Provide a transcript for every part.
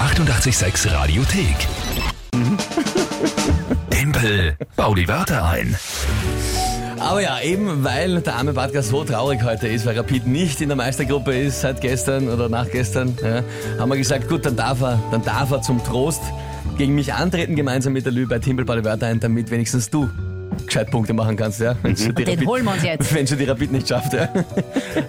886 Radiothek. Tempel, bau die Wörter ein. Aber ja, eben weil der arme Badger so traurig heute ist, weil Rapid nicht in der Meistergruppe ist seit gestern oder nachgestern, ja, haben wir gesagt, gut, dann darf er, dann darf er zum Trost gegen mich antreten, gemeinsam mit der Lü bei Timbal bei den Wörter ein, damit wenigstens du gescheit Punkte machen kannst, ja. Wenn schon die Den holen wir uns jetzt. Wenn schon die Rapid nicht schafft, ja.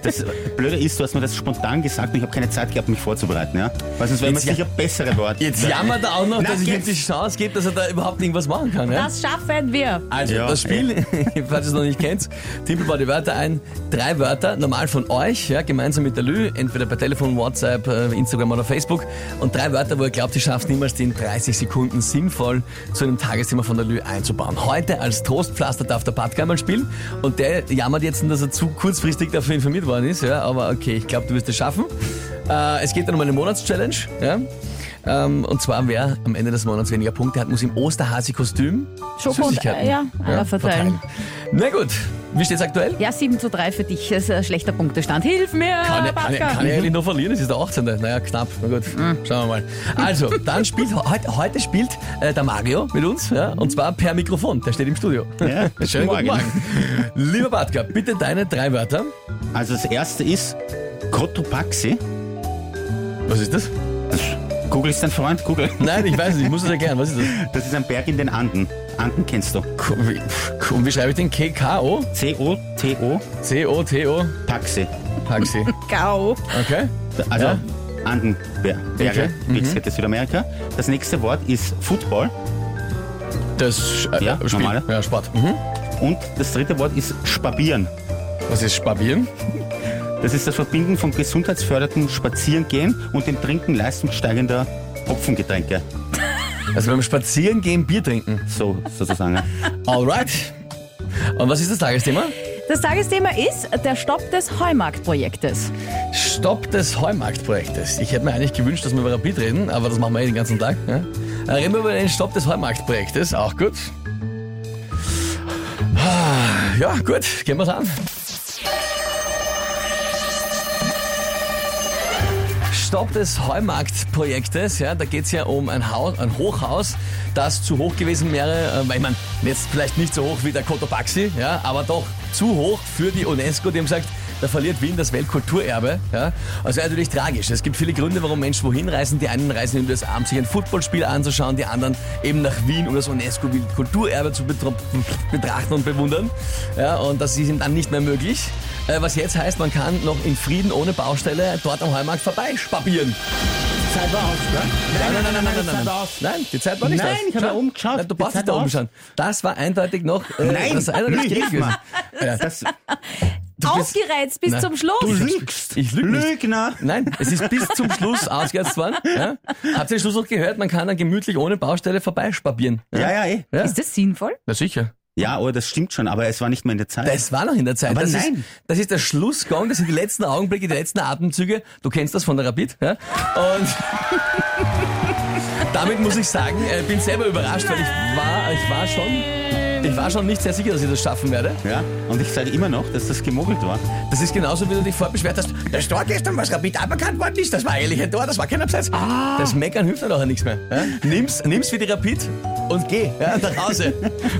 Das Blöde ist, du hast mir das spontan gesagt und ich habe keine Zeit gehabt, mich vorzubereiten. Ja? Weil sonst wären mir Jetzt ja- sicher bessere Worte. Jetzt jammert er auch noch, Na, dass ich ihm jetzt- die Chance gebe, dass er da überhaupt irgendwas machen kann, ja. Das schaffen wir. Also, Ja, das Spiel, falls ihr es noch nicht kennt, tippelt mal die Wörter ein. Drei Wörter, normal von euch, ja, gemeinsam mit der Lü, entweder per Telefon, WhatsApp, äh, Instagram oder Facebook. Und drei Wörter, wo ihr glaubt, ihr schafft niemals, die in 30 Sekunden sinnvoll zu einem Tagesthema von der Lü einzubauen. Heute als Trostpflaster darf der Patka mal spielen. Und der jammert jetzt, dass er zu kurzfristig dafür informiert worden ist. Ja, aber okay, ich glaube, du wirst es schaffen. Äh, es geht dann um eine Monatschallenge. Ja. Ähm, und zwar, wer am Ende des Monats weniger Punkte hat, muss im Osterhasi-Kostüm Schoko und Süßigkeiten. Eier aller verteilen. Na gut, wie steht's aktuell? Ja, 7 zu 3 für dich. Das ist ein schlechter Punktestand. Hilf mir, Kann, ich- kann, ich- Batka. kann ich eigentlich nur verlieren, es ist der 18. Naja, knapp. Na gut, Ah. schauen wir mal. Also, dann spielt heute, heute spielt äh, der Mario mit uns, ja, und zwar per Mikrofon. Der steht im Studio. Ja, Schönen guten morgen. Morgen. Lieber Bartka, bitte deine drei Wörter. Also das erste ist Cotopaxi. Was ist das? Google ist dein Freund, Google. Nein, ich weiß es nicht, ich muss es erklären. Was ist das? Das ist ein Berg in den Anden. Anden kennst du. Ko- wie- pff, Und wie schreibe ich den? K-K-O? C-O-T-O C-O-T-O? Taxi. Taxi. Kau. Okay. Also Ja. Andenberge, Okay. Mhm. wie gesagt, Südamerika. Das nächste Wort ist Football Das äh, Ja, Spiel. normale. Ja, Sport. Mhm. und das dritte Wort ist Spabieren. Was ist Spabieren? Das ist das Verbinden von gesundheitsförderndem Spazierengehen und dem Trinken leistungssteigender Hopfengetränke. Also beim Spazierengehen Bier trinken. So sozusagen. Alright. Und was ist das Tagesthema? Das Tagesthema ist der Stopp des Heumarktprojektes. Stopp des Heumarktprojektes. Ich hätte mir eigentlich gewünscht, dass wir über Rapid reden, aber das machen wir eh den ganzen Tag. Ja? Äh, Reden wir über den Stopp des Heumarktprojektes. Auch gut. Ah, Ja, gut. Gehen wir's an. Stopp des Heumarktprojektes. Ja, da geht's ja um ein, Haus, ein Hochhaus, das zu hoch gewesen wäre. Äh, weil man jetzt vielleicht nicht so hoch wie der Cotopaxi, ja, aber doch zu hoch für die UNESCO, die haben gesagt, da verliert Wien das Weltkulturerbe. Ja. Also natürlich tragisch. Es gibt viele Gründe, warum Menschen wohin reisen. Die einen reisen, um das Abend sich ein Footballspiel anzuschauen, die anderen eben nach Wien, um das UNESCO-Kulturerbe zu betr- betrachten und bewundern. Ja, und das ist ihm dann nicht mehr möglich. Äh, Was jetzt heißt, man kann noch in Frieden ohne Baustelle dort am Heumarkt vorbeispapieren. Zeit war aus, Nein, nein, nein, nein, nein, nein, nein. Nein, die Zeit war nicht Nein, aus. ich hab da Schau. oben geschaut. Nein, du Die brauchst Zeit nicht da war oben aus. schauen. Das war eindeutig noch. Äh, Nein, das war eindeutig Lü, richtig hilf gewesen. mir. Ja, Das, bist- Ausgereizt bis Nein. zum Schluss. du lügst. Ich lüg nicht. Lügner. Nein, es ist bis zum Schluss ausgereizt worden. Ja? Habt ihr den Schluss noch gehört? Man kann dann gemütlich ohne Baustelle vorbeispapieren. Ja, ja, ey. Ja. Ist das sinnvoll? Na sicher. Ja, aber das stimmt schon, aber es war nicht mehr in der Zeit. Das war noch in der Zeit. Aber das, Ist, nein. das ist der Schlussgang, das sind die letzten Augenblicke, die letzten Atemzüge. Du kennst das von der Rapid. Ja? Und damit muss ich sagen, äh, bin selber überrascht, weil ich war, ich war schon, ich war schon nicht sehr sicher, dass ich das schaffen werde. ja, und ich sage immer noch, dass das gemogelt war. Das ist genauso, wie du dich vorbeschwert hast. Das Tor gestern, was Rapid aberkannt worden ist, das war eigentlich ein Tor, das war kein Abseits. Ah. Das Meckern hilft dann nachher nichts mehr. Ja? Nimm's, nimm's wie die Rapid und geh ja, nach Hause.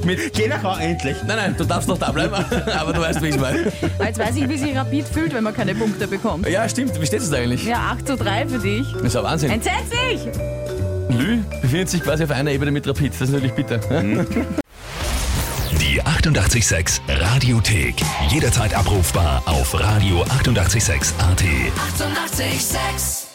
Mit, Geh nach Hause endlich. nein, nein, du darfst noch da bleiben, aber du weißt, wie ich meine. Jetzt weiß ich, wie sich Rapid fühlt, wenn man keine Punkte bekommt. Ja, stimmt. Wie steht es eigentlich? Ja, 8 zu 3 für dich. Das ist ja Wahnsinn. Entsetzlich! Lü befindet sich quasi auf einer Ebene mit Rapid. Das ist natürlich bitter. Die 886 Radiothek. Jederzeit abrufbar auf radio886.at. 886! 886. 886